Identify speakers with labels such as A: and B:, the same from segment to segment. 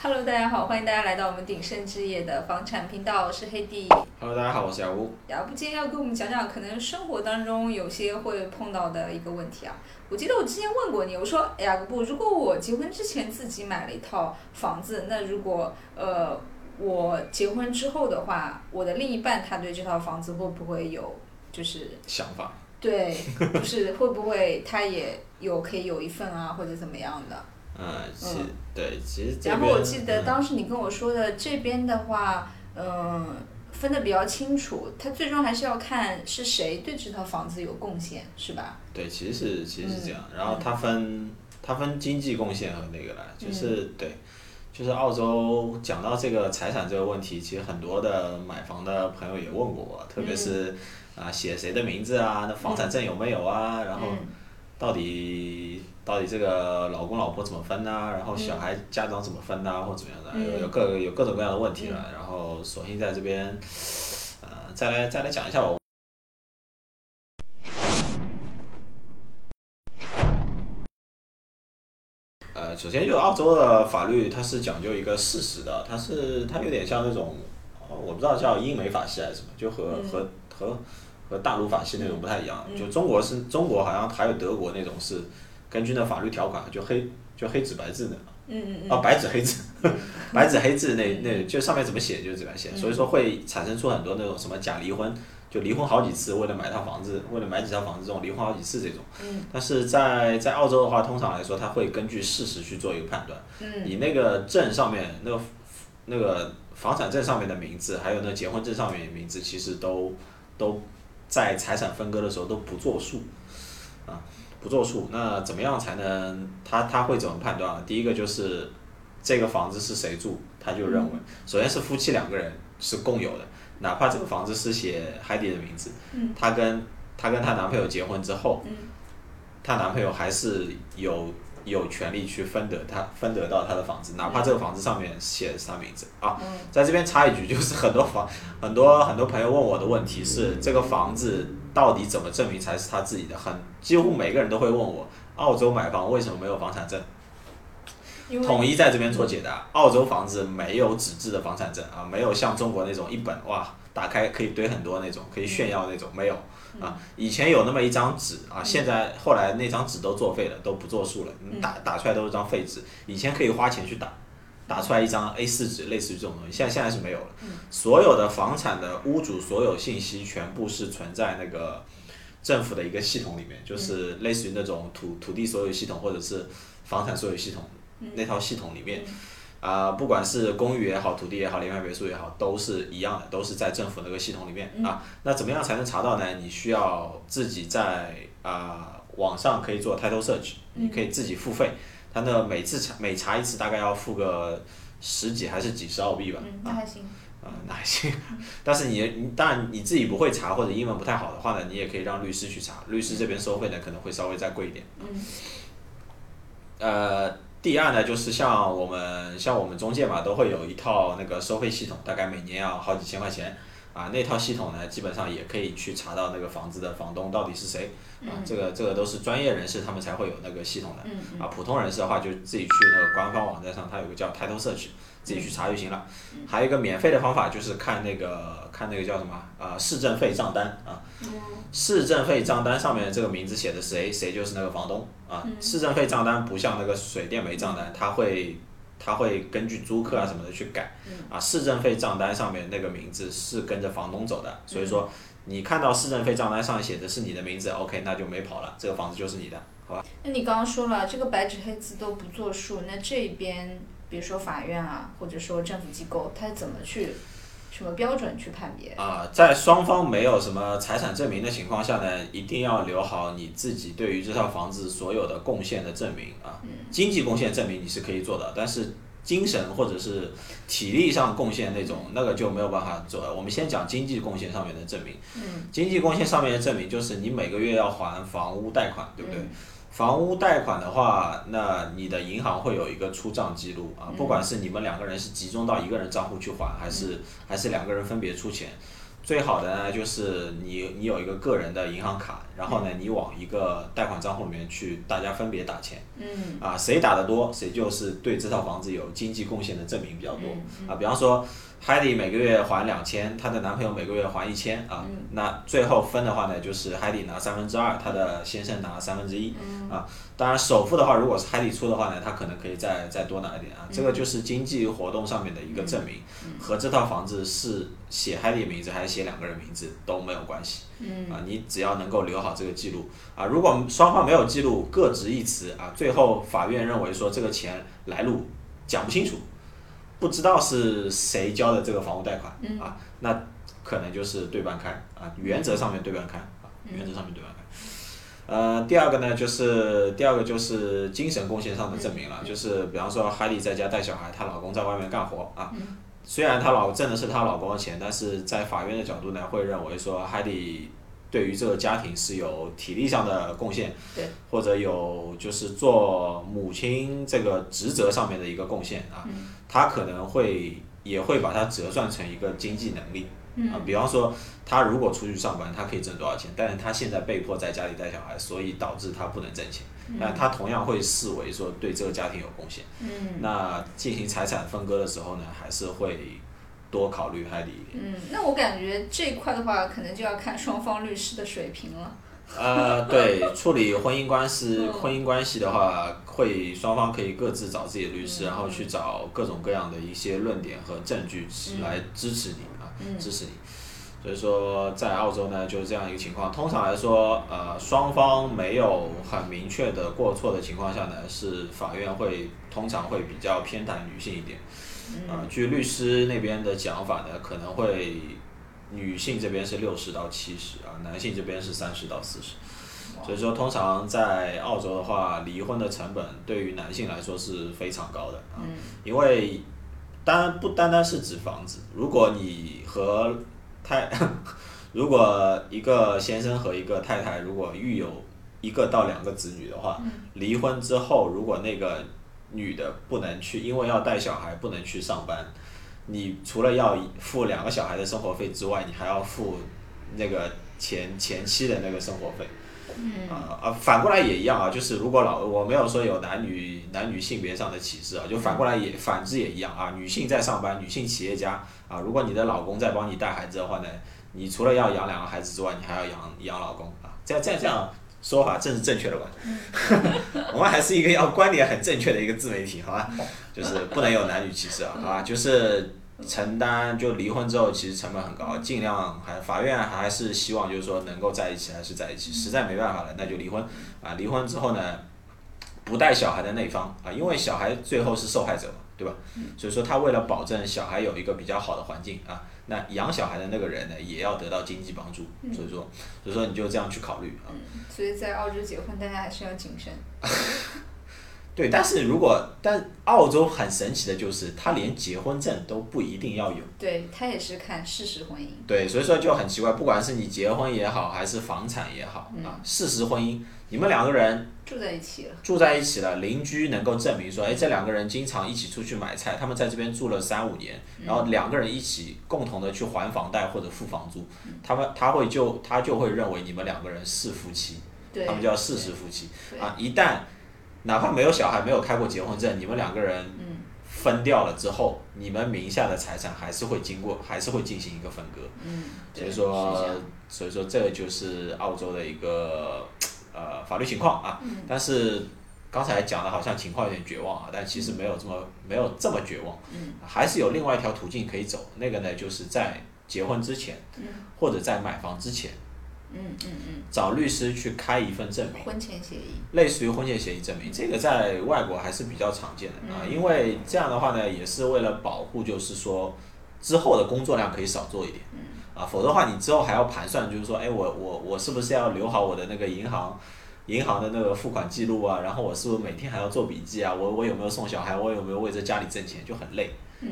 A: Hello，大家好，欢迎大家来到我们鼎盛置业的房产频道，我是黑弟。
B: Hello，大家好，我是小吴。
A: 要不今天要给我们讲讲，可能生活当中有些会碰到的一个问题啊。我记得我之前问过你，我说，哎呀，不，如果我结婚之前自己买了一套房子，那如果呃我结婚之后的话，我的另一半他对这套房子会不会有就是
B: 想法
A: 对，就是会不会他也有可以有一份啊，或者怎么样的？
B: 嗯，其对，其实这
A: 然
B: 边
A: 后我记得
B: 嗯
A: 当时你跟我说的这边的话，嗯、分的比较清楚，他最终还是要看是谁对这套房子有贡献，是吧？
B: 对，其实是其实是这样。
A: 嗯
B: 然后它分它分经济贡献和那个啦，
A: 嗯
B: 就是、对，就是澳洲讲到这个财产这个问题，其实很多的买房的朋友也问过我，特
A: 嗯
B: 别是啊、写谁的名字啊，那房产证有没有啊，然后
A: 嗯
B: 到底到底这个老公老婆怎么分呐、啊然后小孩家长怎么分呐、啊或怎么样的，
A: 嗯
B: 有有各有各种各样的问题了。然后索性在这边，呃，再来再来讲一下我。呃，首先就是澳洲的法律，它是讲究一个事实的，它是它有点像那种，呃我不知道叫英美法系还是什么，就和、
A: 嗯
B: 和和和大陆法系那种不太一样。
A: 嗯
B: 就中国是中国，好像还有德国那种是根据那法律条款，就黑就黑纸白字的，
A: 嗯嗯
B: 啊，白纸 黑字，白纸黑字那那就上面怎么写就怎么写，
A: 嗯
B: 所以说会产生出很多那种什么假离婚，就离婚好几次，为了买套房子，为了买几套房子这种离婚好几次这种。
A: 嗯
B: 但是在在澳洲的话，通常来说，他会根据事实去做一个判断，
A: 嗯
B: 以那个证上面那个那个房产证上面的名字，还有那结婚证上面的名字，其实都都在财产分割的时候都不作数啊，不作数。那怎么样才能他他会怎么判断？第一个就是这个房子是谁住，他就认为
A: 嗯
B: 首先是夫妻两个人是共有的，哪怕这个房子是写海底的名字，
A: 嗯
B: 她跟她跟她男朋友结婚之后，
A: 嗯
B: 她男朋友还是有有权利去分得她分得到她的房子，哪怕这个房子上面写的是她名字啊。
A: 嗯
B: 在这边插一句，就是很多房很多很多朋友问我的问题是，这个房子到底怎么证明才是他自己的？很几乎每个人都会问我，澳洲买房为什么没有房产证？
A: 因为
B: 统一在这边做解答。澳洲房子没有纸质的房产证啊，没有像中国那种一本哇，打开可以堆很多那种，可以炫耀那种，
A: 嗯
B: 没有啊。以前有那么一张纸啊，现在后来那张纸都作废了，都不作数了，
A: 嗯
B: 打打出来都是张废纸。以前可以花钱去打。打出来一张 A4 纸，类似于这种东西，现在现在是没有了。
A: 嗯
B: 所有的房产的屋主所有信息全部是存在那个政府的一个系统里面，就是
A: 嗯
B: 类似于那种土土地所有系统或者是房产所有系统那套系统里面，啊、不管是公寓也好，土地也好，联排别墅也好，都是一样的，都是在政府那个系统里面啊。那怎么样才能查到呢？你需要自己在啊、网上可以做 title search，你可以自己付费，它那每次查每查一次大概要付个十几还是几十澳币吧，
A: 嗯
B: 啊
A: 那还行，
B: 啊、那还行。 但是你你当然你自己不会查或者英文不太好的话呢，你也可以让律师去查，律师这边收费呢可能会稍微再贵一点。
A: 嗯
B: 呃，第二呢，就是像我们像我们中介嘛，都会有一套那个收费系统，大概每年要好几千块钱啊。那套系统呢，基本上也可以去查到那个房子的房东到底是谁啊。这个这个都是专业人士他们才会有那个系统的。
A: 嗯
B: 啊，普通人士的话就自己去那个官方网站上，它有个叫 Title Search，自己去查就行了。
A: 嗯
B: 还有一个免费的方法就是看那个看那个叫什么啊、市政费账单啊，
A: 哦
B: 市政费账单上面这个名字写的谁，谁就是那个房东啊。
A: 嗯
B: 市政费账单不像那个水电煤账单，它会它会根据租客啊什么的去改
A: 嗯
B: 啊。市政费账单上面那个名字是跟着房东走的，所
A: 嗯
B: 以说你看到市政费账单上写的是你的名字，OK，那就没跑了，这个房子就是你的，好吧？
A: 那你刚刚说了这个白纸黑字都不作数，那这边比如说法院啊，或者说政府机构，他怎么去什么标准去判别？
B: 啊、在双方没有什么财产证明的情况下呢，一定要留好你自己对于这套房子所有的贡献的证明啊。经济贡献证明你是可以做的，但是精神或者是体力上贡献那种，那个就没有办法做了。我们先讲经济贡献上面的证明。
A: 嗯
B: 经济贡献上面的证明就是你每个月要还房屋贷款，对不对？房屋贷款的话，那你的银行会有一个出账记录啊，不管是你们两个人是集中到一个人账户去还，还是还是两个人分别出钱，最好的呢就是你你有一个个人的银行卡，然后呢，你往一个贷款账户里面去，大家分别打钱，
A: 嗯
B: 啊，谁打得多，谁就是对这套房子有经济贡献的证明比较多
A: 嗯嗯
B: 啊。比方说，Heidi 每个月还两千，她的男朋友每个月还一千啊
A: 嗯，
B: 那最后分的话呢，就是 Heidi 拿三分之二，她的先生拿三分之一
A: 嗯
B: 啊。当然，首付的话，如果是 Heidi 出的话呢，她可能可以再再多拿一点啊。这
A: 嗯
B: 个就是经济活动上面的一个证明，和这套房子是写 Heidi 名字还是写两个人名字都没有关系。
A: 嗯
B: 啊，你只要能够留好这个记录啊，如果双方没有记录，各执一词啊，最后法院认为说这个钱来路讲不清楚，不知道是谁交的这个房屋贷款、
A: 嗯
B: 啊，那可能就是对半开啊，原则上面对半开啊，原则上面对半开。呃，第二个呢，就是第二个就是精神贡献上的证明了，就是比方说海里在家带小孩，她老公在外面干活啊，虽然她老挣的是她老公的钱，但是在法院的角度呢，会认为说海里对于这个家庭是有体力上的贡献，
A: 对，
B: 或者有就是做母亲这个职责上面的一个贡献啊，她可能会也会把它折算成一个经济能力。啊，比方说，她如果出去上班，她可以挣多少钱？但是她现在被迫在家里带小孩，所以导致她不能挣钱。那她同样会视为说对这个家庭有贡献。
A: 嗯
B: 那进行财产分割的时候呢，还是会多考虑海里一点。
A: 嗯，那我感觉这一块的话，可能就要看双方律师的水平了。
B: 呃，对，处理婚姻官司、
A: 嗯
B: 婚姻关系的话，会双方可以各自找自己的律
A: 嗯
B: 师，然后去找各种各样的一些论点和证据支来支持你啊，
A: 嗯
B: 支持你。所以说，在澳洲呢，就是这样一个情况。通常来说，呃，双方没有很明确的过错的情况下呢，是法院会通常会比较偏袒女性一点。
A: 嗯
B: 啊，据律师那边的讲法呢，可能会女性这边是六十到七十啊，男性这边是三十到四十。所以说，通常在澳洲的话，离婚的成本对于男性来说是非常高的啊，因为当然不单单是指房子，如果你和太， 如果一个先生和一个太太如果育有一个到两个子女的话，离婚之后如果那个女的不能去，因为要带小孩不能去上班，你除了要付两个小孩的生活费之外，你还要付那个前前妻的那个生活费。啊啊，反过来也一样啊，就是如果老我没有说有男女男女性别上的歧视啊，就反过来也反之也一样啊，女性在上班，女性企业家啊，如果你的老公在帮你带孩子的话呢，你除了要养两个孩子之外，你还要养养老公啊，这样这样这样说法正是正确的吧？ 我们还是一个要观点很正确的一个自媒体，好吧？就是不能有男女歧视啊，好吧？就是承担就离婚之后，其实成本很高，尽量还法院还是希望就是说能够在一起还是在一起，实在没办法了那就离婚啊。离婚之后呢，不带小孩的那一方啊，因为小孩最后是受害者嘛，对吧？所以说他为了保证小孩有一个比较好的环境啊，那养小孩的那个人呢也要得到经济帮助，所以说所以说你就这样去考虑啊。
A: 所以在澳洲结婚，大家还是要谨慎。
B: 对，但是如果但澳洲很神奇的就是，他连结婚证都不一定要有。
A: 对他也是看事实婚姻。
B: 对，所以说就很奇怪，不管是你结婚也好，还是房产也好、
A: 嗯
B: 啊，事实婚姻，你们两个人
A: 住在一起了，
B: 住在一起了，邻居能够证明说，哎，这两个人经常一起出去买菜，他们在这边住了三五年，
A: 嗯
B: 然后两个人一起共同的去还房贷或者付房租，
A: 嗯
B: 他们他会就他就会认为你们两个人是夫妻，
A: 对
B: 他们叫事实夫妻
A: 对
B: 啊。一旦哪怕没有小孩，没有开过结婚证，你们两个人
A: 嗯
B: 分掉了之后，你们名下的财产还是会经过，还是会进行一个分割。
A: 嗯，
B: 所以
A: 对
B: 说
A: 是这样，
B: 所以说这就是澳洲的一个呃法律情况啊。
A: 嗯
B: 但是刚才讲的好像情况有点绝望啊，但其
A: 嗯
B: 实没有这么没有这么绝望，还是有另外一条途径可以走。那个呢，就是在结婚之前，或者在买房之前，
A: 嗯嗯嗯，
B: 找律师去开一份证明。
A: 婚前协议，
B: 类似于婚前协议证明，这个在外国还是比较常见的啊，因为这样的话呢，也是为了保护，就是说之后的工作量可以少做一点，啊，否则的话你之后还要盘算，就是说，哎，我我我是不是要留好我的那个银行银行的那个付款记录啊？然后我是不是每天还要做笔记啊？我我有没有送小孩？我有没有为这家里挣钱？就很累。
A: 嗯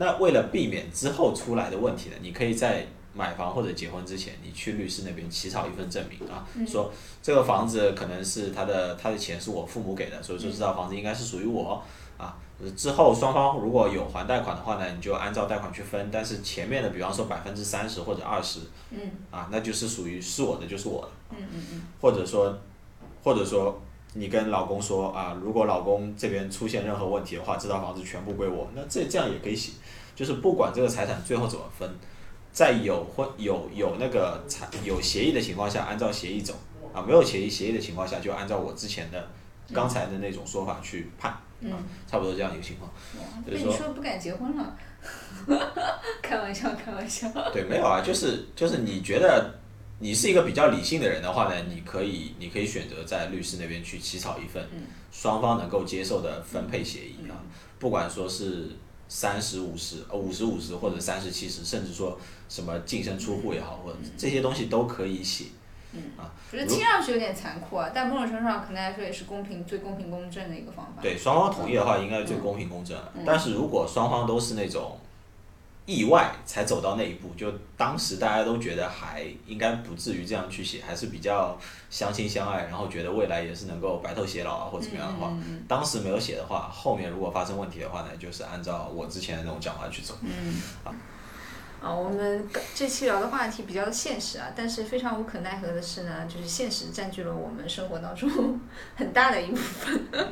B: 那为了避免之后出来的问题呢，你可以在买房或者结婚之前，你去律师那边起草一份证明啊，说这个房子可能是他的，他的钱是我父母给的，所以说这套房子应该是属于我啊。呃之后双方如果有还贷款的话呢，你就按照贷款去分，但是前面的，比方说百分之三十或者二十，
A: 嗯
B: 啊，那就是属于是我的就是我的，
A: 嗯嗯嗯，
B: 或者说，或者说你跟老公说啊，如果老公这边出现任何问题的话，这套房子全部归我，那这这样也可以写，就是不管这个财产最后怎么分，在有婚有有那个财有协议的情况下，按照协议走啊，没有协议协议的情况下，就按照我之前的刚才的那种说法去判，
A: 嗯
B: 啊，差不多这样一个情况。
A: 哇
B: 比如
A: 被
B: 说
A: 你说不敢结婚了，开玩笑开玩笑，
B: 对，没有啊，就是就是你觉得你是一个比较理性的人的话呢，你可以你可以选择在律师那边去起草一份
A: 嗯
B: 双方能够接受的分配协议啊，不管说是三十五十呃五十五十或者三十七十，甚至说什么净身出户也好，或者这些东西都可以写。
A: 只是听上去有点残酷啊，但某种程度上可能来说也是公平最公平公正的一个方法。
B: 对，双方同意的话，应该最公平公正
A: 嗯
B: 了。但是如果双方都是那种意外才走到那一步，就当时大家都觉得还应该不至于这样去写，还是比较相亲相爱，然后觉得未来也是能够白头偕老啊，或者怎么样的话，
A: 嗯嗯嗯
B: 当时没有写的话，后面如果发生问题的话呢，就是按照我之前的那种讲法去走。
A: 嗯，啊，我们这期聊的话题比较现实啊，但是非常无可奈何的是呢，就是现实占据了我们生活当中 很大的一部分。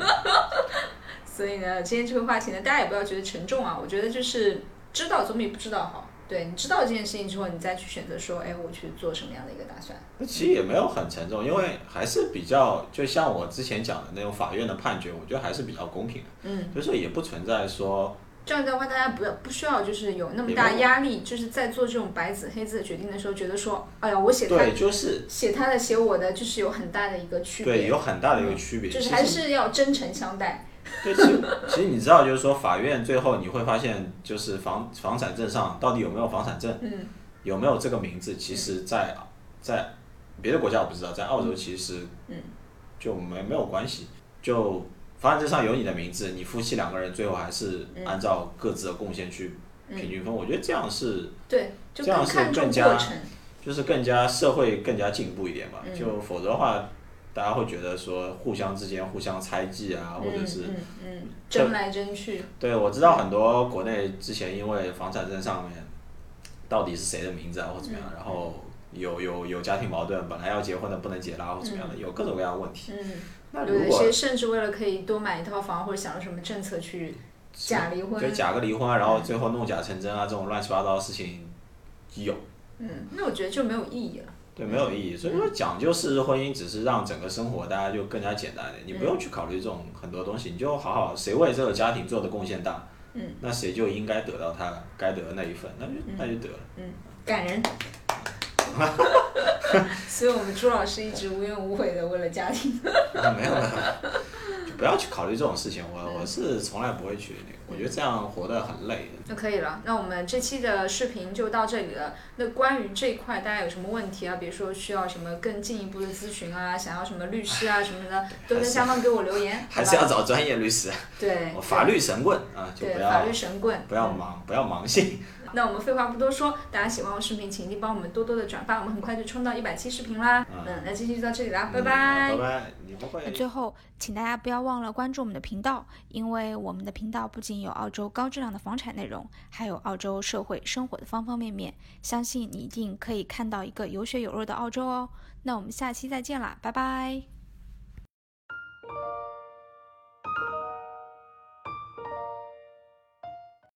A: 所以呢，今天这个话题呢，大家也不要觉得沉重啊，我觉得就是知道总比不知道好。对你知道这件事情之后，你再去选择说，哎，我去做什么样的一个打算？
B: 那其实也没有很沉重，因为还是比较，就像我之前讲的那种法院的判决，我觉得还是比较公平的，
A: 嗯，
B: 就是也不存在说
A: 这样的话，大家不要不需要就是有那么大压力，就是在做这种白纸黑字的决定的时候，觉得说，哎呀，我写他
B: 对，就是
A: 写他的写我的，就是有很大的一个区别。
B: 对，有很大的一个区别。
A: 就是
B: 其
A: 还
B: 实
A: 是要真诚相待。
B: 对，其实其实你知道，就是说法院最后你会发现，就是房房产证上到底有没有房产证，
A: 嗯
B: 有没有这个名字，其实在，在别的国家我不知道，在澳洲其实
A: 嗯
B: 就没没有关系，就房产证上有你的名字，你夫妻两个人最后还是
A: 嗯
B: 按照各自的贡献去平均分，我觉得这样是
A: 对，就
B: 这样
A: 更
B: 是
A: 看重
B: 更加
A: 过程。
B: 就是更加社会更加进步一点吧，
A: 嗯
B: 就否则的话，大家会觉得说互相之间互相猜忌啊，或者是。
A: 嗯嗯嗯，争来争去，
B: 对，我知道很多国内之前因为房产证上面到底是谁的名字啊，或怎么样，然后有有有家庭矛盾，本来要结婚的不能结啦，或怎么样的，有各种各样的问题。
A: 嗯，
B: 那
A: 有
B: 如
A: 一
B: 果
A: 些甚至为了可以多买一套房，或者想了什么政策去假离婚
B: 对，假个离婚啊，然后最后弄假成真啊，这种乱七八糟的事情有，
A: 嗯，那我觉得就没有意义了。
B: 对，没有意义。所以说，讲究式婚姻只是让整个生活大家就更加简单一点，你不用去考虑这种很多东西，你就好好谁为这个家庭做的贡献大，
A: 嗯，
B: 那谁就应该得到他该得的那一份，那就那就得了。
A: 感 人。所以，我们朱老师一直无怨无悔的为了家庭。
B: 啊，没有没有，就不要去考虑这种事情。我我是从来不会去那个，我觉得这样活得很累。
A: 那可以了，那我们这期的视频就到这里了。那关于这一块，大家有什么问题啊？比如说需要什么更进一步的咨询啊，想要什么律师啊什么的，都在下方给我留言。
B: 还
A: 好
B: 是
A: 吧
B: 要找专业律师，
A: 对
B: 我法律神棍啊，就
A: 对
B: 不
A: 法
B: 要
A: 律神棍。嗯
B: 不要盲不要盲信。
A: 那我们废话不多说，大家喜欢我视频，请一定帮我们多多的转发，我们很快就冲到一百期视频啦。
B: 嗯
A: 嗯，那今天就到这里啦，拜
B: 嗯
A: 拜。
B: 拜拜，你不会
C: 那。最后，请大家不要忘了关注我们的频道，因为我们的频道不仅有澳洲高质量的房产内容，还有澳洲社会生活的方方面面。相信你一定可以看到一个有血有肉的澳洲哦。那我们下期再见啦，拜拜。